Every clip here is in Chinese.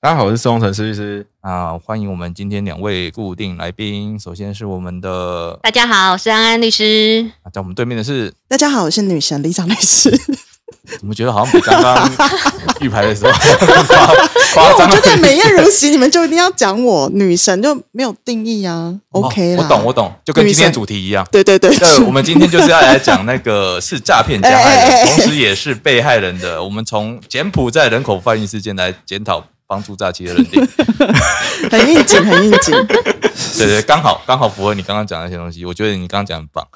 大家好，我是施宏成施律师。啊，欢迎我们今天两位固定来宾。首先是我们的，大家好，我是安安律师。啊在我们对面的是，大家好，我是女神李长律 师。怎么觉得好像比刚刚预排的时候 夸夸张啊我觉了得美艳如洗，你们就一定要讲我女神，就没有定义啊。OK 哦啦，我懂，我懂，就跟今天女神主题一 样。对对对，对，我们今天就是要来讲那个是诈骗加害 哎哎哎人，哎同时也是被害人的。我们从柬埔寨人口贩运事件来检讨帮助诈欺的认 定。很应景，很应 景。对对，刚好刚好符合你刚刚讲的那些东西，我觉得你刚刚讲得很棒。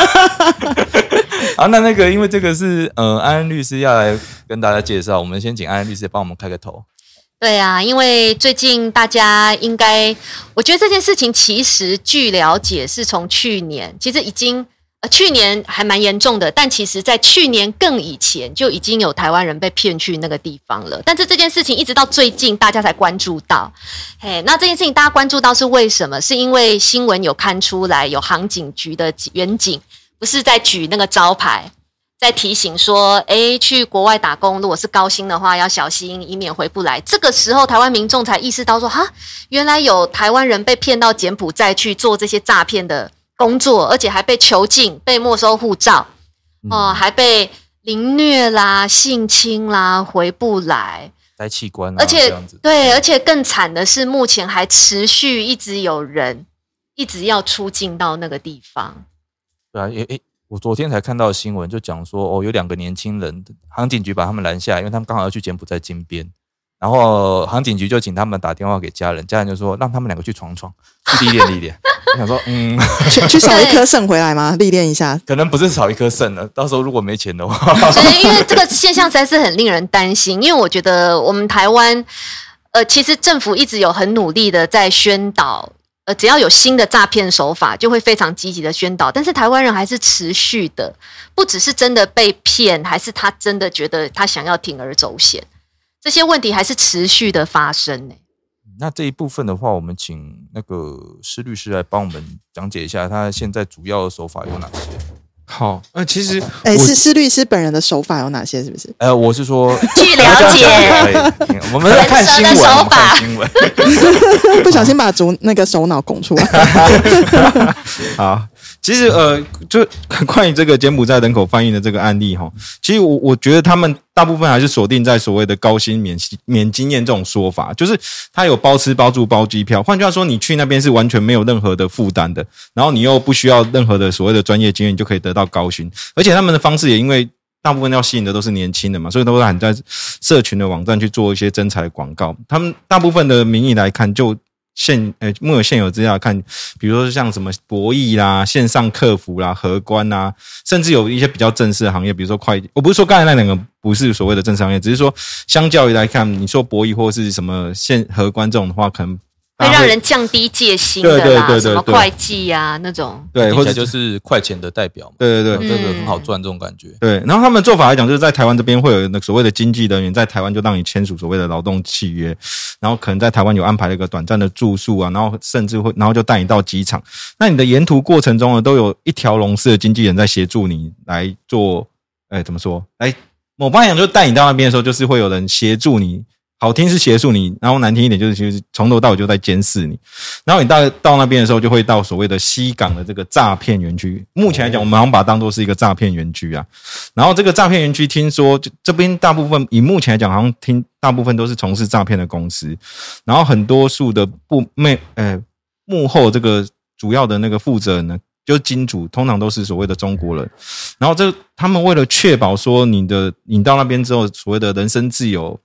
啊，那那个，因为这个是呃，安安律师要来跟大家介绍，我们先请安安律师帮我们开个头。对啊，因为最近大家应该，我觉得这件事情其实据了解是从去年，其实已经呃去年还蛮严重的，但其实在去年更以前就已经有台湾人被骗去那个地方了。但是这件事情一直到最近大家才关注到，嘿，那这件事情大家关注到是为什么？是因为新闻有看出来有航警局的远景不是在举那个招牌，在提醒说，诶，去国外打工，如果是高薪的话，要小心，以免回不来。这个时候，台湾民众才意识到说，哈，原来有台湾人被骗到柬埔寨去做这些诈骗的工作，而且还被囚禁、被没收护照，嗯哦、还被凌虐啦、性侵啦，回不来。摘器官、啊，而且这样子，对，而且更惨的是，目前还持续一直有人一直要出境到那个地方。对啊，诶、诶、我昨天才看到新闻，就讲说哦，有两个年轻人，航警局把他们拦下来，因为他们刚好要去柬埔寨金边，然后航警局就请他们打电话给家人，家人就说让他们两个去闯闯，去历练历练。 我想说，嗯，去去少一颗肾回来吗？历练一下。可能不是少一颗肾了，到时候如果没钱的话， 所以，因为这个现象实在是很令人担心，因为我觉得我们台湾， 呃，其实政府一直有很努力的在宣导，呃，只要有新的诈骗手法，就会非常积极的宣导。但是台湾人还是持续的，不只是真的被骗，还是他真的觉得他想要铤而走险，这些问题还是持续的发生呢、欸那这一部分的话，我们请那个施律师来帮我们讲解一下，他现在主要的手法有哪些？好，呃，其实哎，我是是律师本人的手法有哪些？是 不是？呃，我是说，据了解这样讲也可以哎嗯我们在看新闻，人蛇的手我们法看 新闻。不小心把竹那个手脑拱出 来。好，其实呃，就 关于这个柬埔寨人口贩运的这个案例哈，其实我我觉得他们大部分还是锁定在所谓的高薪免息免经验这种说法，就是他有包吃包住包机票，换句话说，你去那边是完全没有任何的负担的，然后你又不需要任何的所谓的专业经验，你就可以得到高薪，而且他们的方式也因为。大部分要吸引的都是年轻人嘛，所以都会很在社群的网站去做一些征才广告。他们大部分的民意来看，就现呃，目有现有资料来看，比如说像什么博弈啦、线上客服啦、荷官啦，甚至有一些比较正式的行业，比如说会计。我不是说刚才那两个不是所谓的正式行业，只是说相较于来看，你说博弈或是什么线荷官这种的话，可能大会家让人降低戒心的对啦，对对对什么对会计啊那种，对，听或起来者就是快钱的代表嘛，对对对，这个很好嗯赚这种感觉。对，然后他们做法来讲，就是在台湾这边会有那个所谓的经济人员，在台湾就让你签署所谓的劳动契约，然后可能在台湾有安排了一个短暂的住宿啊，然后甚至会，然后就带你到机场。那你的沿途过程中呢，都有一条龙式的经纪人在协助你来做，哎，怎么说？哎，某方面讲就带你到那边的时候，就是会有人协助你。好听是协助你，然后难听一点就是，其实从头到尾就在监视你。然后你到到那边的时候，就会到所谓的西港的这个诈骗园区。目前来讲，我们好像把它当做是一个诈骗园区啊。然后这个诈骗园区，听说就这边大部分以目前来讲，好像听大部分都是从事诈骗的公司，然后很多数的部妹呃幕后这个主要的那个负责人呢，就是金主，通常都是所谓的中国人。然后这他们为了确保说你的你到那边之后，所谓的人身自由。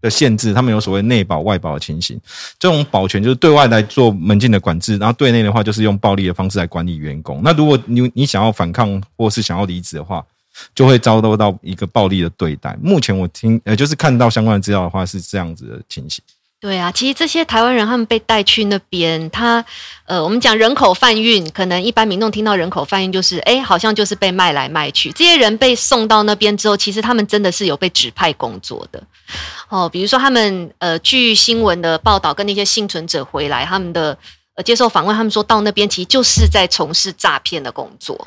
的限制，他们有所谓内保外保的情形。这种保全就是对外来做门禁的管制，然后对内的话就是用暴力的方式来管理员工。那如果你你想要反抗或是想要离职的话，就会遭受到一个暴力的对待。目前我听呃，就是看到相关的资料的话是这样子的情形。对啊，其实这些台湾人他们被带去那边，他呃，我们讲人口贩运，可能一般民众听到人口贩运就是，哎，好像就是被卖来卖去。这些人被送到那边之后，其实他们真的是有被指派工作的。哦，比如说他们呃，据新闻的报道跟那些幸存者回来，他们的呃接受访问，他们说到那边其实就是在从事诈骗的工作。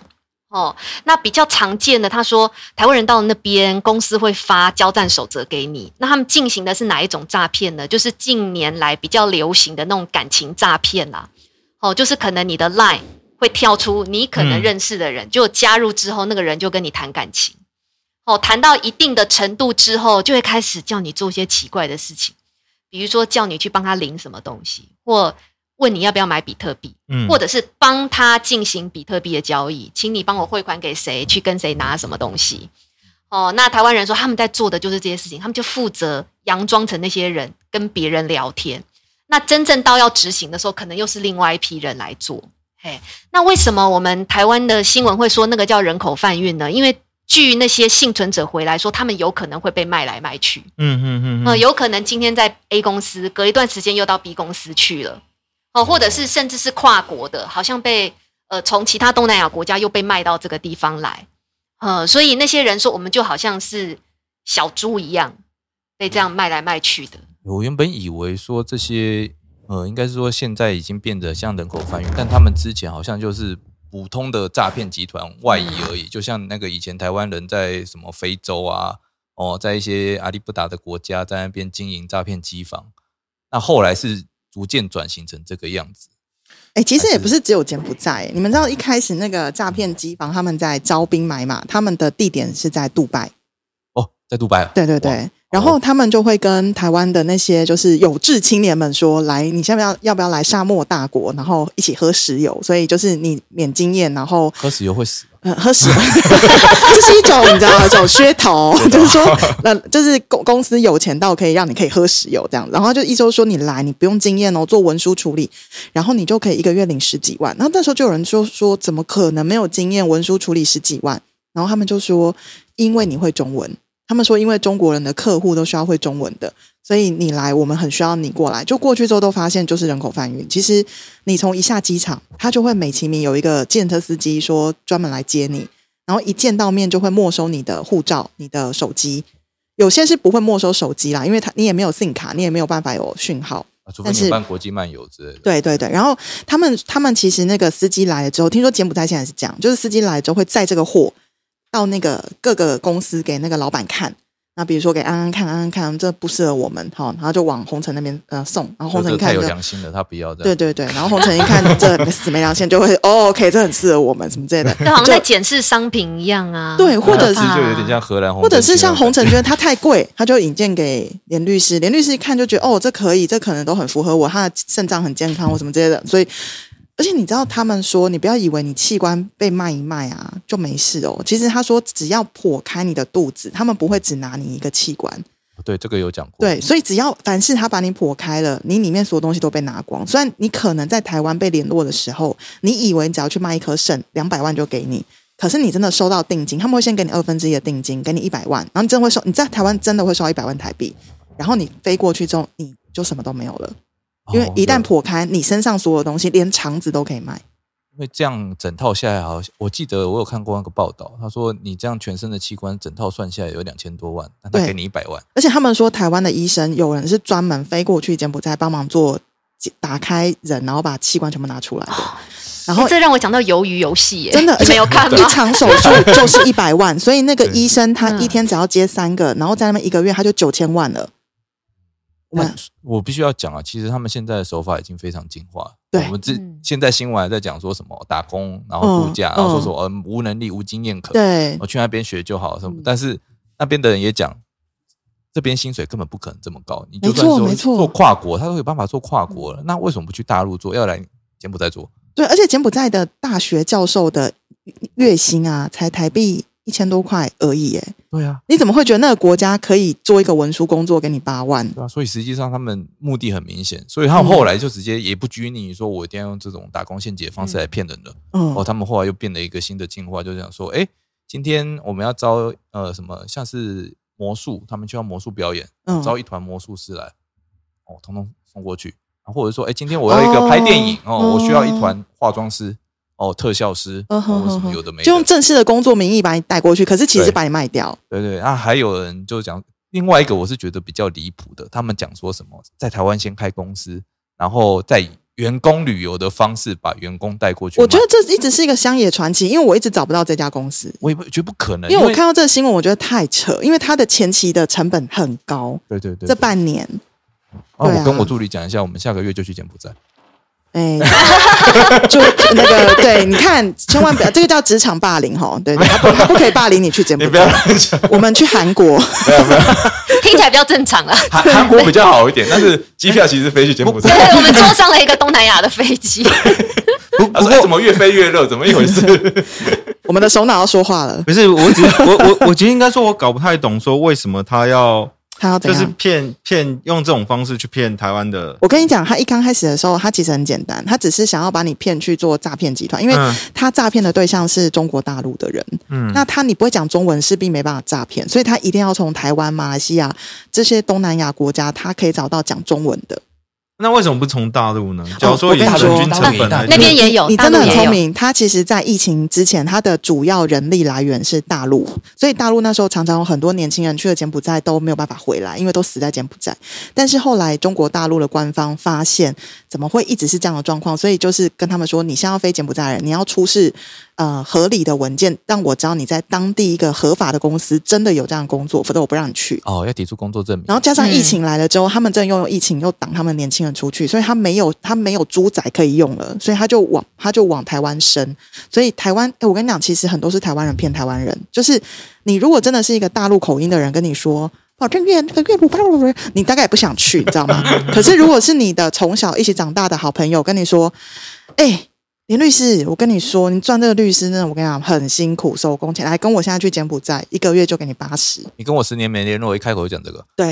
哦，那比较常见的，他说台湾人到那边，公司会发交战守则给你。那他们进行的是哪一种诈骗呢？就是近年来比较流行的那种感情诈骗啦。哦，就是可能你的 LINE 会跳出你可能嗯认识的人，就加入之后，那个人就跟你谈感情。哦，谈到一定的程度之后，就会开始叫你做一些奇怪的事情，比如说叫你去帮他领什么东西，或问你要不要买比特币。嗯或者是帮他进行比特币的交易，请你帮我汇款给谁，去跟谁拿什么东西。哦，那台湾人说他们在做的就是这些事情，他们就负责佯装成那些人跟别人聊天。那真正到要执行的时候，可能又是另外一批人来做。嘿，那为什么我们台湾的新闻会说那个叫人口贩运呢？因为据那些幸存者回来说，他们有可能会被卖来卖去。嗯嗯嗯呃，有可能今天在 A 公司，隔一段时间又到 B 公司去了，哦，或者是甚至是跨国的，好像被呃从其他东南亚国家又被卖到这个地方来，呃，所以那些人说我们就好像是小猪一样，被这样卖来卖去的。嗯我原本以为说这些，呃，应该是说现在已经变得像人口贩运，但他们之前好像就是普通的诈骗集团外移而嗯已，就像那个以前台湾人在什么非洲啊，哦，在一些阿里不达的国家在那边经营诈骗机房，那后来是逐渐转型成这个样子。哎、其实还也是不是只有柬埔寨、你们知道一开始那个诈骗机房他们在招兵买马，他们的地点是在杜拜。哦，在杜拜啊，对对哇对，然后他们就会跟台湾的那些就是有志青年们说，来，你要不要要不要来沙漠大国，然后一起喝石油？所以就是你免经验，然后喝石油会死吧，呃，喝 屎，这是一种你知道一种噱头，就是说，那就是公公司有钱到可以让你可以喝石油这样，然后就一周说你来，你不用经验哦，做文书处理，然后你就可以一个月领十几万。然后那时候就有人说说，怎么可能没有经验，文书处理十几万？然后他们就说，因为你会中文，他们说因为中国人的客户都需要会中文的，所以你来，我们很需要你过来。就过去之后都发现，就是人口贩运。其实你从一下机场，他就会美其名有一个建车司机说专门来接你，然后一见到面就会没收你的护照、你的手机。有些是不会没收手机啦，因为他你也没有 SIM 卡，你也没有办法有讯号。啊除非但你是办国际漫游之类的。对对对，然后他们他们其实那个司机来了之后，听说柬埔寨现在是这样，就是司机来了之后会载这个货到那个各个公司给那个老板看，那比如说给安安看，安安看这不适合我们，好、然后就往红尘那边呃送，然后红这尘一个看太就有良心了，他不要这对样。对对，然后红尘一看这死没良心，就会哦，OK，这很适合我们什么之类的，这好像在就检视商品一样啊。对很或者可是怕啊就有点像荷兰红，或者是像红尘觉得它太贵， 他就引荐给连律师，连律师一看就觉得哦，这可以，这可能都很符合我，他的肾脏很健康或什么之类的，所以。而且你知道他们说，你不要以为你器官被卖一卖啊就没事哦。其实他说，只要破开你的肚子，他们不会只拿你一个器官，对这个有讲过，对，所以只要凡是他把你剖开了，你里面所有东西都被拿光。虽然你可能在台湾被联络的时候，你以为你只要去卖一颗肾，两百万就给你，可是你真的收到定金，他们会先给你二分之一的定金，给你一百万，然后你真的会收，你在台湾真的会收到一百万台币，然后你飞过去之后，你就什么都没有了，因为哦一旦有剖开，你身上所有东西，连肠子都可以卖。因为这样整套下来，好像我记得我有看过那个报道，他说你这样全身的器官整套算下来有两千多万，但他对给你一百万，而且他们说，台湾的医生有人是专门飞过去柬埔寨帮忙做打开人，然后把器官全部拿出来的。然后哎诶这让我想到鱿鱼游戏耶，真的，而你且没有看吗一？场手 术就是一百万，所以那个对医生他嗯一天只要接三个，然后在那边一个月他就九千万了。我们但我必须要讲啊，其实他们现在的手法已经非常进化了。对我们这嗯现在新闻还在讲说什么打工，然后度假，嗯然后说什么、嗯、无能力、无经验可，对我去那边学就好什么。嗯但是那边的人也讲，这边薪水根本不可能这么高。你就没错算说没错做跨国，他都有办法做跨国了，那为什么不去大陆做，要来柬埔寨做？对，而且柬埔寨的大学教授的月薪啊，才台币一千多块而已，耶，对啊，你怎么会觉得那个国家可以做一个文书工作给你八万？对啊，所以实际上他们目的很明显，所以他们嗯后来就直接也不拘泥于说我一定要用这种打工陷阱的方式来骗人了。嗯哦，，他们后来又变了一个新的进化，就想说，哎，今天我们要招呃什么，像是魔术，他们就要魔术表演，嗯招一团魔术师来，哦，通通送过去。或者说，哎，今天我要一个拍电影哦，我需要一团化妆师哦，特效师，嗯哦哼或什哼么哼有的没的，就用正式的工作名义把你带过去，可是其实对把你卖掉。对对，啊，还有人就讲另外一个，我是觉得比较离谱的，他们讲说什么在台湾先开公司，然后再以员工旅游的方式把员工带过去卖。我觉得这一直是一个乡野传奇，因为我一直找不到这家公司。我也不觉得不可能，因为我看到这个新闻，我觉得太扯，因为它的前期的成本很高，对对对，这半半年，啊，对啊我跟我助理讲一下，我们下个月就去柬埔寨。哎， 就那个对，你看，千万不要，这个叫职场霸凌哈，对，他不他不可以霸凌你去柬埔寨， 乱讲，我们去韩国， 听起来比较正常啊。韩韩国比较好一点，但是机票其实飞去柬埔对，寨，我们坐上了一个东南亚的飞机，不他不说哎怎么越飞越热，怎么一回 事？我们的首脑要说话了，不是，我只我我我其实应该说，我搞不太懂，说为什么他要他要怎就是样？骗骗用这种方式去骗台湾的，我跟你讲，他一刚开始的时候，他其实很简单，他只是想要把你骗去做诈骗集团，因为嗯他诈骗的对象是中国大陆的人，嗯那他你不会讲中文，势必没办法诈骗，所以他一定要从台湾、马来西亚这些东南亚国家，他可以找到讲中文的。那为什么不从大陆呢？假如我说以跟你人均说成本来那那边讲也有，你大真陆的很也有聪明。他其实，在疫情之前，他的主要人力来源是大陆，所以大陆那时候常常有很多年轻人去了柬埔寨都没有办法回来，因为都死在柬埔寨。但是后来中国大陆的官方发现，怎么会一直是这样的状况？所以就是跟他们说，你现在要飞柬埔寨人，你要出示呃合理的文件，让我知道你在当地一个合法的公司真的有这样的工作，否则我不让你去。哦，要提出工作证明然后加上嗯疫情来了之后，他们正又用疫情又挡他们年轻人出去，所以他没有他没有猪仔可以用了，所以他就往他就往台湾伸。所以台湾，哎诶我跟你讲，其实很多是台湾人骗台湾人，就是你如果真的是一个大陆口音的人跟你说。保证月那个月不不不不，你大概也不想去，你知道吗？ 可是如果是你的从小一起长大的好朋友跟你说，哎、林律师，我跟你说，你赚这个律师呢，我跟你讲很辛苦，手工钱。来跟我现在去柬埔寨，一个月就给你八十，你跟我十年没联络，我一开口就讲这个，对，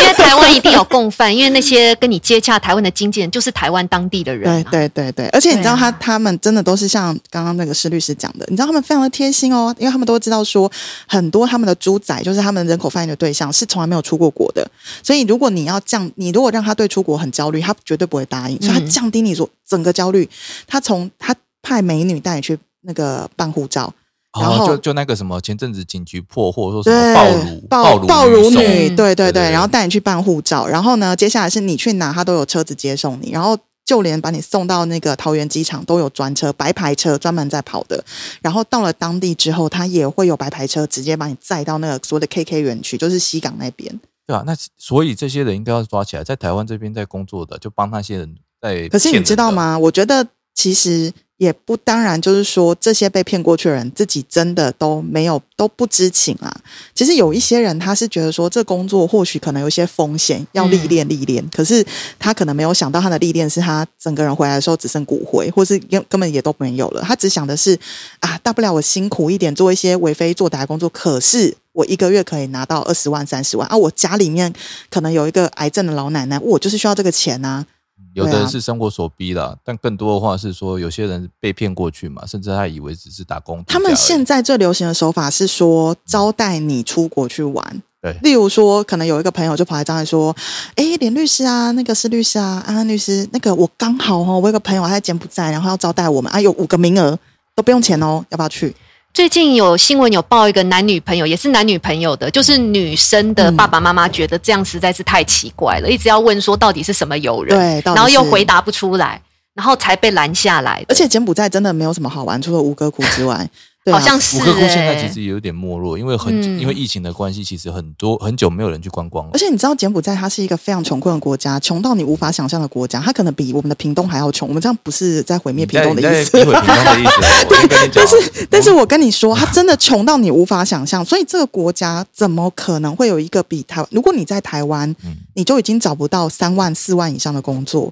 因为台湾一定有共犯，因为那些跟你接洽台湾的经纪人就是台湾当地的人、啊。对对对对，而且你知道对他、啊他们真的都是像刚刚那个施律师讲的，你知道他们非常的贴心哦，因为他们都知道说很多他们的猪仔就是他们人口贩运的对象是从来没有出过国的，所以如果你要降，你如果让他对出国很焦虑，他绝对不会答应，所以他嗯降低你所整个焦虑，他从他派美女带你去那个办护照，然哦后就就那个什么前阵子警局破获说什么对，暴乳暴乳暴乳女送女，嗯对对对对对，然后带你去办护照，然后呢，接下来是你去哪，他都有车子接送你，然后。就连把你送到那个桃园机场都有专车，白牌车专门在跑的。然后到了当地之后，他也会有白牌车直接把你载到那个所谓的 KK 园区，就是西港那边。对啊，那所以这些人应该要抓起来，在台湾这边在工作的，就帮那些人在。可是你知道？吗？我觉得其实也不当然，就是说这些被骗过去的人自己真的都没有都不知情啊。其实有一些人他是觉得说这工作或许可能有一些风险，要历练历练。可是他可能没有想到他的历练是他整个人回来的时候只剩骨灰，或是根根本也都没有了。他只想的是啊，大不了我辛苦一点做一些为非作歹的工作，可是。我一个月可以拿到二十万、三十万啊！我家里面可能有一个癌症的老奶奶，我就是需要这个钱啊。嗯有的对人啊是生活所逼啦，但更多的话是说，有些人被骗过去嘛，甚至他以为只是打工度假而已。他们现在最流行的手法是说招待你出国去玩。对例如说，可能有一个朋友就跑来招待说：“哎，林律师啊，那个是律师啊，安安律师，那个我刚好哦，我有个朋友他在柬埔寨，然后要招待我们啊，有五个名额都不用钱哦，要不要去？最近有新闻有报一个男女朋友，也是男女朋友的，就是女生的爸爸妈妈觉得这样实在是太奇怪了，一直要问说到底是什么友人，对，到底然后又是回。答不出来，然后才被拦下来的。而且柬埔寨真的没有什么好玩，除了吴哥窟之外，对啊好像是、五欸，棵窟现在其实也有点没落，因为很、嗯因为疫情的关系，其实很多很久没有人去观光了而。且你知道柬埔寨它是一个非常穷困的国家，穷到你无法想象的国家，它可能比我们的屏东还要穷。我们这样不是在毁你灭屏在东你的在意思，诋毁屏东的意思， 我先跟你讲啊但。是，但是我跟你说，他真的穷到你无法想象，所以这个国家怎么可能会有一个比台？如果你在台湾，嗯你就已经找不到三万、四万以上的工作，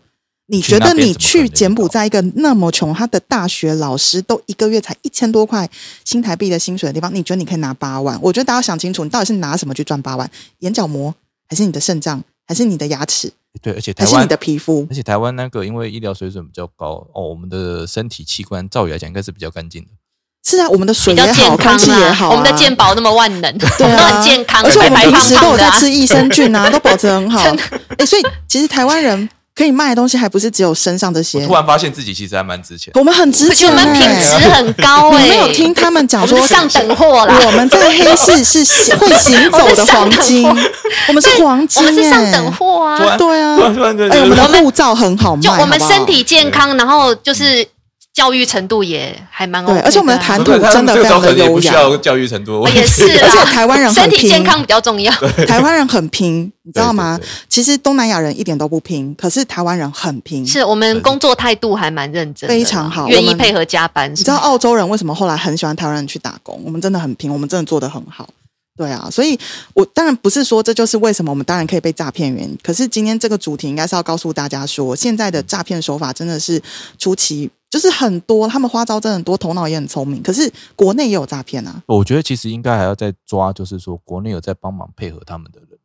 你去觉那得边你怎么可能去找柬埔到寨一个那么穷，他的大学老师都一个月才一千多块新台币的薪水的地方，你觉得你可以拿八万？我觉得大家要想清楚，你到底是拿什么去赚八万？眼角膜，还是你的肾脏，还是你的牙齿，对，而且台还是湾你的皮肤？而且台湾那个因为医疗水准比较高哦，我们的身体器官照理来讲应该是比较干净的。是啊，我们的水比较也健好，康空气也好、啊，我们的健保那么万能，对啊都很健康，而且我白们白平胖时都胖有的、在啊。吃益生菌 啊，都保持得很好。哎、所以其实台湾人可以卖的东西还不是只有身上这些突，然发现自己其实还蛮值钱。我们很值我觉钱、得我们品欸。质很高你哎、没有听他们讲我说们是上等货啦，我们在黑市 是行会行走的黄金，我们是黄我金、欸，们是上等货啊突。然对啊突然突然就哎、觉我得们说的护照很好卖，就我们好不好身体健康，然后就是教育程度也还蛮 OK 对的啊。而且我们的谈吐对他真的们这非个时候常可的能也优不需雅，要教育程度的问题，啊也是啦， 而且台湾人很身体拼健康比较重要。台湾人很拼，你知道吗？对对对其实东南亚人一点都不拼，可是台湾人很拼。是我们工作态度还蛮认真的啦，非常好愿我意们配合加班。你知道哦澳洲人为什么后来很喜欢台湾人去打工？我们真的很拼，我们真的做得很好。对啊，所以我当然不是说这就是为什么我们当然可以被诈骗原因。可是今天这个主题应该是要告诉大家说，现在的诈骗手法真的是出奇，就是很多他们花招真的很多，头脑也很聪明。可是国内也有诈骗啊，我觉得其实应该还要再抓，就是说国内有在帮忙配合他们的人，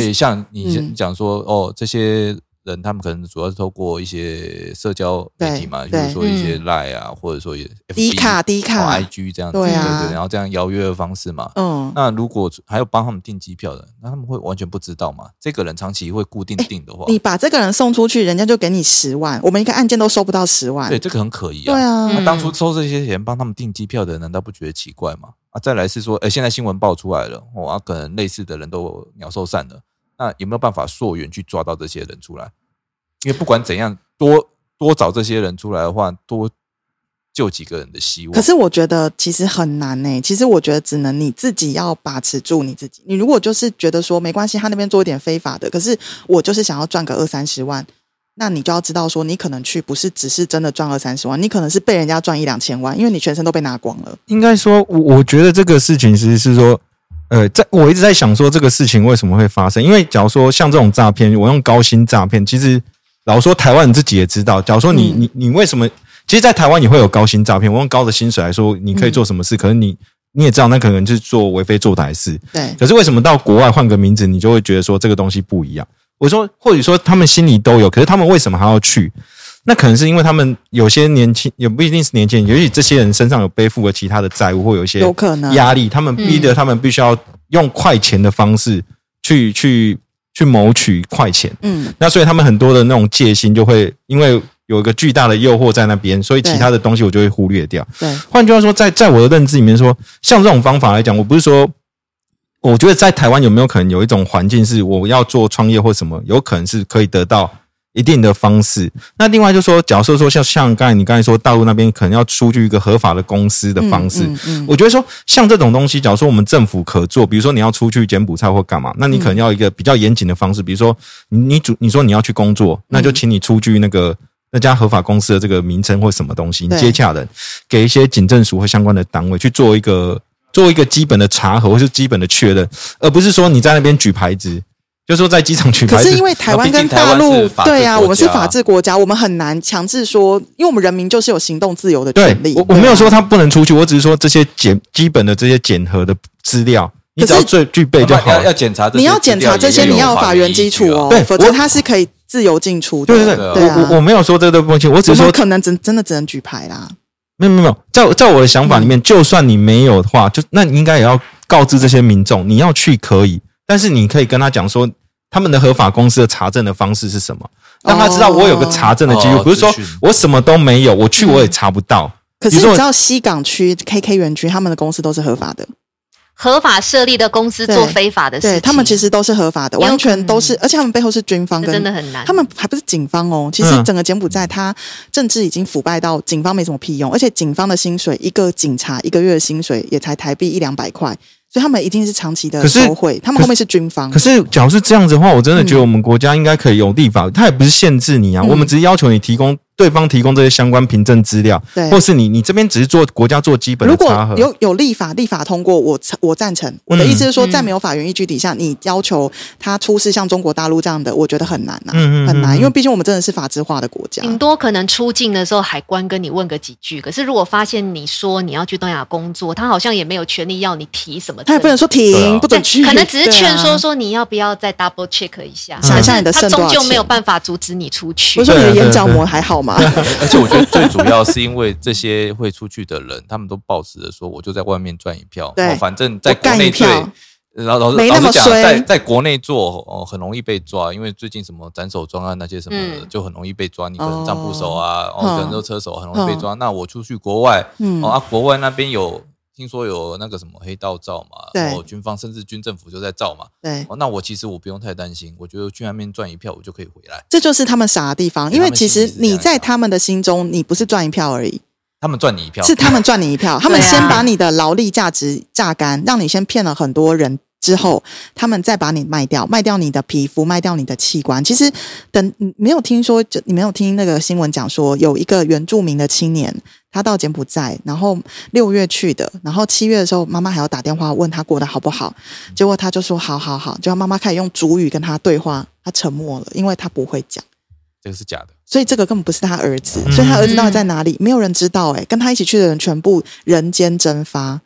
因为像你嗯你讲说、哦，这些人他们可能主要是透过一些社交媒体嘛，比对如说一些嗯 Line 啊，或者说也 FB, 低卡低哦卡， IG 这样子，对对啊对，然后这样邀约的方式嘛。嗯，那如果还有帮他们订机票的，那他们会完全不知道嘛？这个人长期会固定订的话，你把这个人送出去，人家就给你十万，我们一个案件都收不到十万对，这个很可疑啊。对啊，那嗯当初收这些钱帮他们订机票的人，难道不觉得奇怪吗？啊，再来是说，哎、现在新闻爆出来了，哇、啊可能类似的人都鸟兽散了，那有没有办法溯源去抓到这些人出来？因为不管怎样，多多找这些人出来的话，多救几个人的希望。可是我觉得其实很难呢、欸其实我觉得只能你自己要把持住你自己。你如果就是觉得说没关系，他那边做一点非法的，可是我就是想要赚个二三十万，那你就要知道说，你可能去不是只是真的赚二三十万，你可能是被人家赚一两千万，因为你全身都被拿光了。应该说，我我觉得这个事情其实是说，呃，在我一直在想说这个事情为什么会发生，因为假如说像这种诈骗，我用高薪诈骗，其实老实说台湾人自己也知道，假如说你、嗯你你为什么，其实，在台湾也会有高薪诈骗，我用高的薪水来说，你可以做什么事，可是你你也知道，那可能是做为非作歹的事，对，可是为什么到国外换个名字，你就会觉得说这个东西不一样？我说，或者说他们心里都有，可是他们为什么还要去？那可能是因为他们有些年轻，也不一定是年轻人，也许这些人身上有背负了其他的债务，或有一些有可能嗯压力，他们逼得他们必须要用快钱的方式去去去谋取快钱。嗯，那所以他们很多的那种戒心就会因为有一个巨大的诱惑在那边，所以其对他的东西我就会忽略掉。对，换句话说，在在我的认知里面说，像这种方法来讲，我不是说，我觉得在台湾有没有可能有一种环境是我要做创业或什么，有可能是可以得到一定的方式。那另外就说，假设说像像刚才你刚才说大陆那边可能要出具一个合法的公司的方式，嗯嗯嗯我觉得说，像这种东西，假如说我们政府可做，比如说你要出去柬埔寨或干嘛，那你可能要一个比较严谨的方式，比如说你你主你说你要去工作，嗯那就请你出具那个那家合法公司的这个名称或什么东西，你对接洽人给一些警政署或相关的单位去做一个做一个基本的查核或是基本的确认，而不是说你在那边举牌子，就说在机场举可牌是子因。为台湾跟毕竟台大湾是陆法，治对啊，国家我们是法治国家，我们很难强制说，因为我们人民就是有行动自由的对权利。我我对啊没有说他不能出去，我只是说这些检基本的这些检核的资料，你可只是要最具备就要好了要。要检查这些你资料，要检查这些，也有你要有法法律源依基础据啊哦对，否则我它是可以自由进出的。对对对对，对啊我我我没有说这个东西，我只是我说们可能只真的只能举牌啦。没有没有没有，在我在我的想法里面，就算你没有的话，就那你应该也要告知这些民众，你要去可以，但是你可以跟他讲说，他们的合法公司的查证的方式是什么，哦让他知道我有个查证的记录，哦不是说资讯我什么都没有，我去我也查不到。可是你比如说知道西港区 KK 园区他们的公司都是合法的，合法设立的公司对做非法的事对情，他们其实都是合法的，也有完全都是可，而且他们背后是军方这真的跟。很难。他们还不是警方哦，其实嗯整个柬埔寨，它政治已经腐败到警方没什么屁用，而且警方的薪水，一个警察一个月的薪水也才台币一两百块，所以他们一定是长期的可是收贿，他们后面是军方可。是，假如是这样子的话，我真的觉得我们国家应该可以有立法，它也不是限制你啊，嗯我们只是要求你提供对方提供这些相关凭证资料，对或是你你这边只是做国家做基本如的果查核。有有立法，立法通过，我赞我赞成。我的意思是说，嗯在没有法源依据底下，你要求他出示像中国大陆这样的，我觉得很难呐、嗯嗯嗯很难，嗯因为毕竟我们真的是法制化的国家。顶多可能出境的时候，海关跟你问个几句。可是如果发现你说你要去东南亚工作，他好像也没有权利要你提什么证。他也不能说对停，啊不准去，对，可能只是对啊劝说。说你要不要再 double check 一下，想象你的他肾多终少究没有钱办法阻止你出去我。说你的对啊眼角对啊膜还好 嘛。而且我觉得最主要是因为这些会出去的人，他们都抱持着说，我就在外面赚一票，对哦反正在我国干内一最票，老老没那老么实讲，啊衰在在国内做哦很容易被抓，因为最近什么斩首专案那些什么的，嗯就很容易被抓。你可能账簿手啊，哦，嗯可能都车手很容易被抓。那我出去国外，嗯哦啊，国外那边有听说有那个什么黑道照嘛，对然后军方甚至军政府就在照嘛。对，哦，那我其实我不用太担心，我觉得去那边赚一票，我就可以回来。这就是他们傻的地方，因为其实你在他们的心中，你不是赚一票而已，他们赚你一票，是他们赚你 一票。他们先把你的劳力价值榨干，让你先骗了很多人。之后，啊他们再把你卖掉，卖掉你的皮肤，卖掉你的器官。其实，等你没有听说，就你没有听那个新闻讲说，有一个原住民的青年，他到柬埔寨，然后六月去的，然后七月的时候，妈妈还要打电话问他过得好不好，嗯结果他就说好好好，结果妈妈开始用主语跟他对话，他沉默了，因为他不会讲。这个是假的。所以这个根本不是他儿子，嗯所以他儿子到底在哪里？没有人知道、欸。跟他一起去的人全部人间蒸发。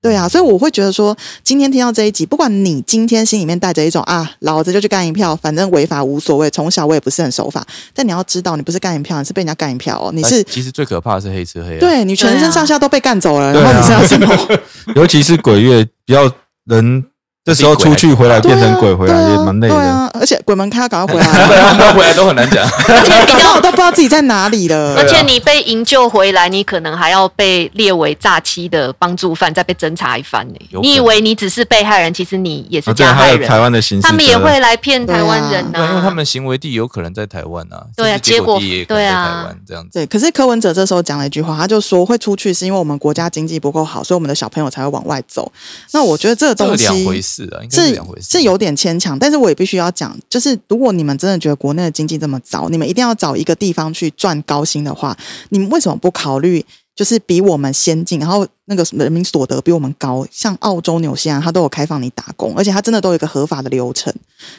对啊，所以我会觉得说，今天听到这一集，不管你今天心里面带着一种啊，老子就去干一票，反正违法无所谓，从小我也不是很守法。但你要知道，你不是干一票，你是被人家干一票哦，你但是其实最可怕的是黑吃黑、啊。对你全身上下都被干走了，然后你是对啊要什么？尤其是鬼月比较人，这时候出去回来对变啊，成鬼回来对啊也蛮累对的。啊，而且鬼门开要赶快回 对来，啊，他们回来都很难 讲。而且搞比不较好都不知道自己在哪里了。而且你被营救回来，你可能还要被列为诈欺的帮助犯，再被侦查一番呢、有可能你以为你只是被害人，其实你也是啊，对啊，加还害有人。台湾的刑事责他任，们也会来骗台湾人啊呐、啊对，因为他们行为地有可能在台湾啊，对啊甚至结结地果也可能在对啊台湾这样子。对，可是柯文哲这时候讲了一句话，他就说会出去是因为我们国家经济不够好，所以我们的小朋友才会往外走。那我觉得这个这东西两回事啊，应该是是两回事。是有点牵强，但是我也必须要讲，就是如果你们真的觉得国内的经济这么糟，你们一定要找一个地方去赚高薪的话，你们为什么不考虑就是比我们先进，然后那个人民所得比我们高，像澳洲、纽西兰，它都有开放你打工，而且它真的都有一个合法的流程，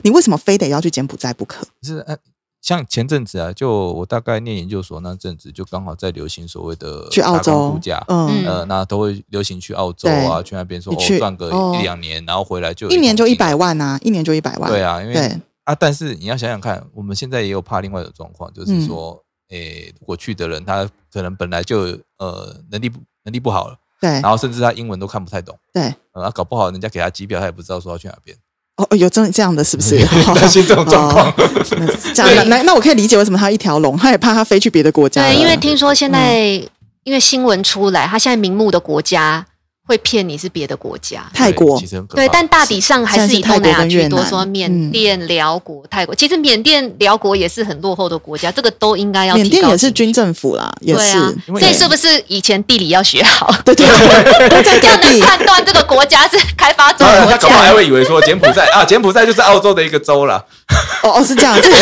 你为什么非得要去柬埔寨不可？是呃像前阵子啊，就我大概念研究所那阵子，就刚好在流行所谓的去澳打工洲度假，嗯嗯呃，那都会流行去澳洲啊，对去那边说哦你去赚个哦一两年，然后回来就有一年就桶一金百万啊，一年就一百万，对啊，因为对啊，但是你要想想看，我们现在也有怕另外一种状况，嗯就是说，诶，如果去的人他可能本来就呃能力不能力不好了，对然后甚至他英文都看不太懂。对。呃，啊搞不好人家给他机票，他也不知道说要去哪边，哦，有这这样的是不是？担心这种状况。那这样那那那我可以理解为什么他一条龙，他也怕他飞去别的国家了。对，因为听说现在、因为新闻出来，他现在名目的国家会骗你是别的国家。泰国其实很可对，怕但大体上还是以东南亚居多，说嗯缅甸、辽国、泰国。其实缅甸、辽国也是很落后的国家，这个都应该要缅甸提高也是警军政府啦，也对啊是，因为所以是不是以前地理要学好，对对对，都在 要隔能壁。判断这个国家是开发中当的然，国他搞不好家？还会以为说柬埔 寨啊，柬埔寨就是澳洲的一个州啦。哦哦，是这样，这个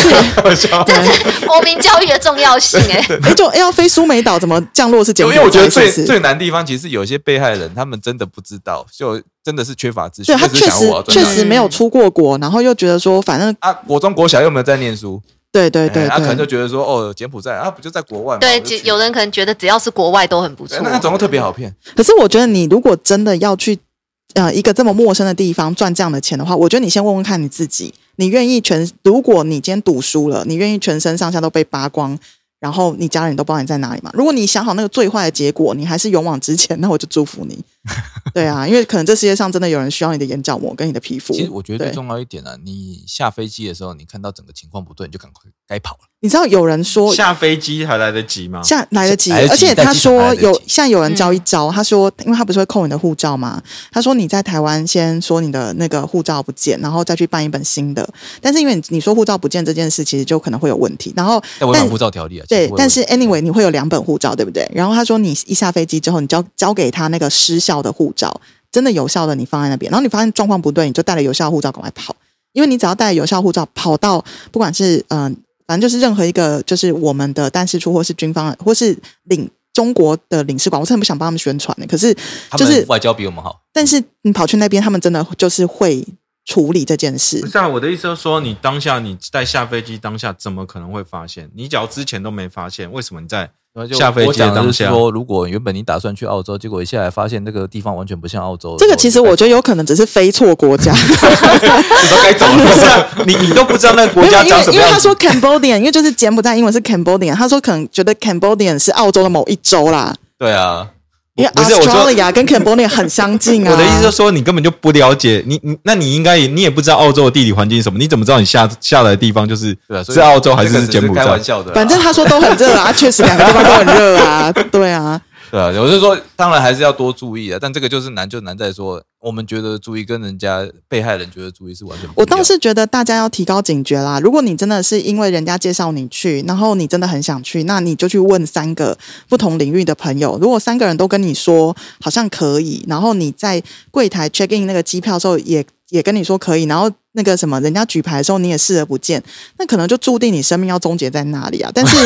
是这是国民教育的重要性哎、哎，就要飞苏梅岛怎么降落是因柬埔为我觉得寨？最是不最是？难的地方，其实有些被害人他们真的不知道，就真的是缺乏资对讯。他就只确想实我要赚确大钱实没有出过国，然后又觉得说反正啊，国中国小又没有在念书，对对对哎他可能就对，觉得说哦，柬埔寨啊，不就在国外嘛？对，我就只去有人可能觉得只要是国外都很不错哎。那那种特别好骗，可是我觉得你如果真的要去。呃，一个这么陌生的地方赚这样的钱的话，我觉得你先问问看你自己，你愿意全？如果你今天赌输了，你愿意全身上下都被扒光，然后你家人都不知道你在哪里嘛？如果你想好那个最坏的结果，你还是勇往直前，那我就祝福你。 对啊，因为可能这世界上真的有人需要你的眼角膜跟你的皮肤。其实我觉得最对重要一点啊，你下飞机的时候，你看到整个情况不对，你就赶快该跑了。你知道有人说下飞机还来得及吗？下来得及，来得及而且他在机场说还来得有及现在有人教一招，他说，因为他不是会扣你的护照嘛，他说你在台湾先说你的那个护照不见，然后再去办一本新的。但是因为你你说护照不见这件事，其实就可能会有问题。然后在违但反护照条例啊，对其实，但是我也 anyway 你会有两本护照，对不对？然后他说你一下飞机之后，你交交给他那个失效的护照，真的有效的你放在那边，然后你发现状况不对，你就带了有效的护照赶快跑，因为你只要带了有效护照跑到不管是嗯、呃反正就是任何一个就是我们的办事处或是军方或是领中国的领事馆，我真的不想帮他们宣传的，可是他就们是外交比我们好，但是你跑去那边，他们真的就是会处理这件事不。是啊，我的意思就是说，你 当下你在下飞机当下，怎么可能会发现？你只要之前都没发现，为什么你在然后就下飞机我讲的当就下是说，如果原本你打算去澳洲，结果一下来发现那个地方完全不像澳洲的时这候，个其实我觉得有可能只是飞错国家，你都该 走了，是啊，你你都不知道那个国没有家因长为什么因为样他子说 Cambodian，因为就是柬埔寨英文是 Cambodian，他说可能觉得 Cambodian 是澳洲的某一州啦， 对啊，因为不是我说 Australia 跟 Cambodian 很相近啊。 我的意思就是说，你根本就不了解，你你那你应该也你也不知道澳洲的地理环境是什么，你怎么知道你下下来的地方就是对啊，所以是澳洲还这个是只柬埔开寨玩？笑的啦，啊反正他说都很热啊，确实两个地方都很热啊，对啊，对啊，我是说，当然还是要多注意啊，但这个就是难，就难在说，我们觉得注意跟人家被害人觉得注意是完全不一样。我倒是觉得大家要提高警觉啦。如果你真的是因为人家介绍你去，然后你真的很想去，那你就去问三个不同领域的朋友。如果三个人都跟你说好像可以，然后你在柜台 check in 那个机票的时候也也跟你说可以，然后那个什么人家举牌的时候你也视而不见，那可能就注定你生命要终结在那里啊。但是，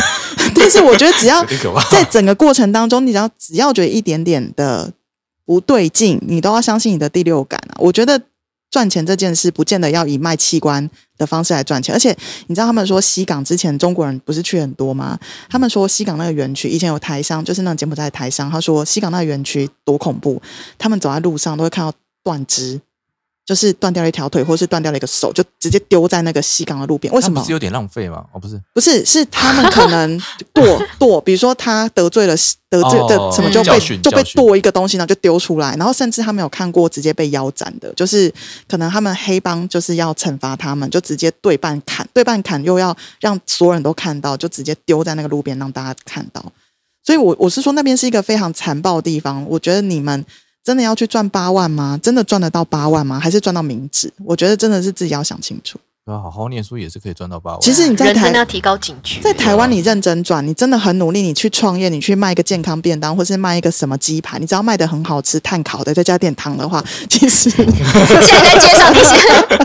但是我觉得只要有点可怕。在整个过程当中，你只要只要觉得一点点的不对劲，你都要相信你的第六感啊。我觉得赚钱这件事，不见得要以卖器官的方式来赚钱。而且你知道他们说西港之前中国人不是去很多吗？他们说西港那个园区以前有台商，就是那种柬埔寨的台商，他说西港那个园区多恐怖，他们走在路上都会看到断肢。就是断掉了一条腿，或是断掉了一个手，就直接丢在那个西港的路边。为为什么？是有点浪费嘛？哦，不是，不是，是他们可 能剁剁，比如说他得罪了得罪的哦什么就教被训就被教训剁一个东西，然后就丢出来，然后甚至他们有看过直接被腰斩的，就是可能他们黑帮就是要惩罚他们，就直接对半砍，对半砍又要让所有人都看到，就直接丢在那个路边让大家看到。所以我，我是说那边是一个非常残暴的地方。我觉得你们真的要去赚八万吗？真的赚得到八万吗？还是赚到民脂？我觉得真的是自己要想清楚。对啊，好好念书也是可以赚到八万。其实你在人台真的要提高警觉。在台湾，你认真赚，你真的很努力，你去创业，你去卖一个健康便当，或是卖一个什么鸡排，你只要卖的很好吃，碳烤的，再加点糖 的话，其 实现在在街上那 些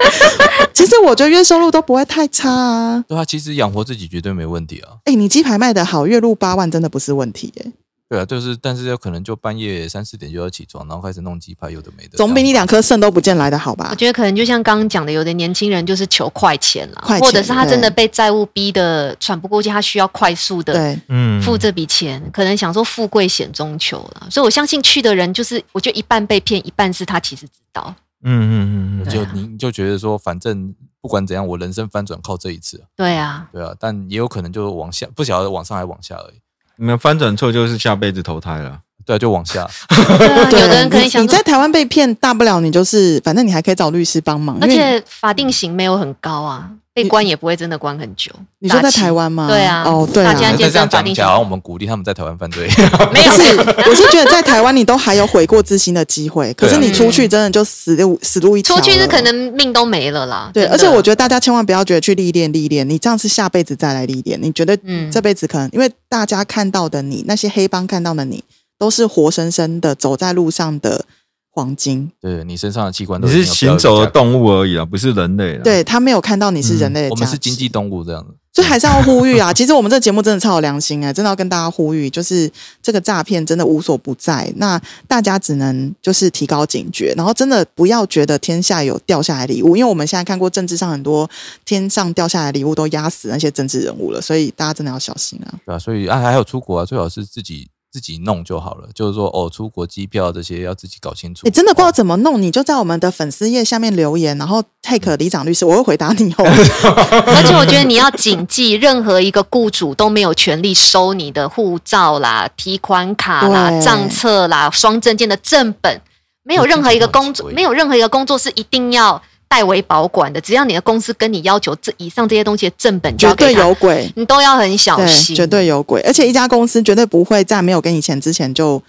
其实我觉得月收入都不会太差啊。对啊，其实养活自己绝对没问题啊。哎、你鸡排卖的好，月入八万真的不是问题耶、对啊，就是，但是有可能就半夜三四点就要起床，然后开始弄鸡排，有的没的，总比你两颗肾都不见来的好吧我？觉得可能就像刚刚讲的，有的年轻人就是求快钱啦，快钱或者是他真的对被债务逼得喘不过气，他需要快速的对，嗯付这笔钱，可能想说富贵险中求啦。所以我相信去的人，就是我觉得一半被骗，一半是他其实知道。嗯嗯嗯这对样啊就你就觉得说，反正不管怎样，我人生翻转靠这一次啊，对 啊，对啊，但也有可能就往下，不晓得往上还往下而已。你们翻转错就是下辈子投胎了。对啊，就往下，对啊对有的人可能你想你说在，台湾被骗，大不了你就是反正你还可以找律师帮忙。而因为且法定刑没有很高啊，被关也不会真的关很久。你说在打气台湾吗？对啊哦对大，啊家 但健这身样法讲定起刑来，好像我们鼓励他们在台湾犯罪。 没有不是，我是觉得在台湾你都还有悔过自新的机会，可啊是你出去真的就死路死路一 条出了。去是可能命都没了啦。对，真的而且我觉得大家千万不要觉得去历练历练，你这样是下辈子再来历练。你觉得嗯这辈子可能、因为大家看到的你，那些黑帮看到的你，都是活生生的走在路上的黄金。对你身上的器官你都已经是有标行有走的价格动物而已啊，不是人类啦。对他没有看到你是人类的、嗯价我们是值经济动物这样子。所以还是要呼吁啊！其 实我们这个节目真的超有良心哎、真的要跟大家呼吁，就是这个诈骗真的无所不在。那大家只能就是提高警觉，然后真的不要觉得天下有掉下来礼物，因为我们现在看过政治上很多天上掉下来礼物都压死那些政治人物了，所以大家真的要小心啊！对啊，所以啊，还有出国啊，最好是自己自己弄就好了。就是说，哦，出国机票这些要自己搞清楚。哦你欸哎真的不知道怎么弄，你就在我们的粉丝页下面留言，然后 take 李长律师，我会回答你哦。而且我觉得你要谨记，任何一个雇主都没有权利收你的护照啦、提款卡啦、对账册啦、双证件的正本，没有任何一个这听工起来很作，奇怪没有任何一个工作是一定要代为保管的。只要你的公司跟你要求这以上这些东西的正本交绝给对他，有鬼，你都要很小对，心。绝对有鬼。而且一家公司绝对不会在没有跟你钱之前就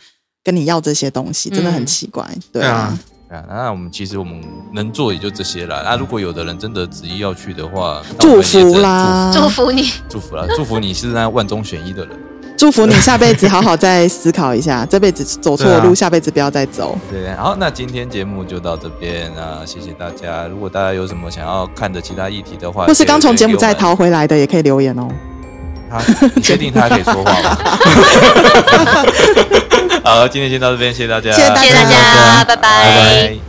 跟你要这些东西，真的很嗯奇怪。对对啊啊，对啊，那我们其实我们能做也就这些啦。那、啊如果有的人真的执意要去的话，那啊我们祝也只能福啦，祝福你。祝，祝福啦，祝福你是那万中选一的人。祝福你下辈子好好再思考一下，这辈子走错对路，啊下辈子不要再走。对，好，那今天节目就到这边啊，谢谢大家。如果大家有什么想要看的其他议题的话，或是刚从也柬可以埔寨给我逃回来的，也可以留言哦。们，他你确定他还可以说话吗？ 好，今天先到这边，谢谢大家，谢谢大家谢谢大家拜拜拜拜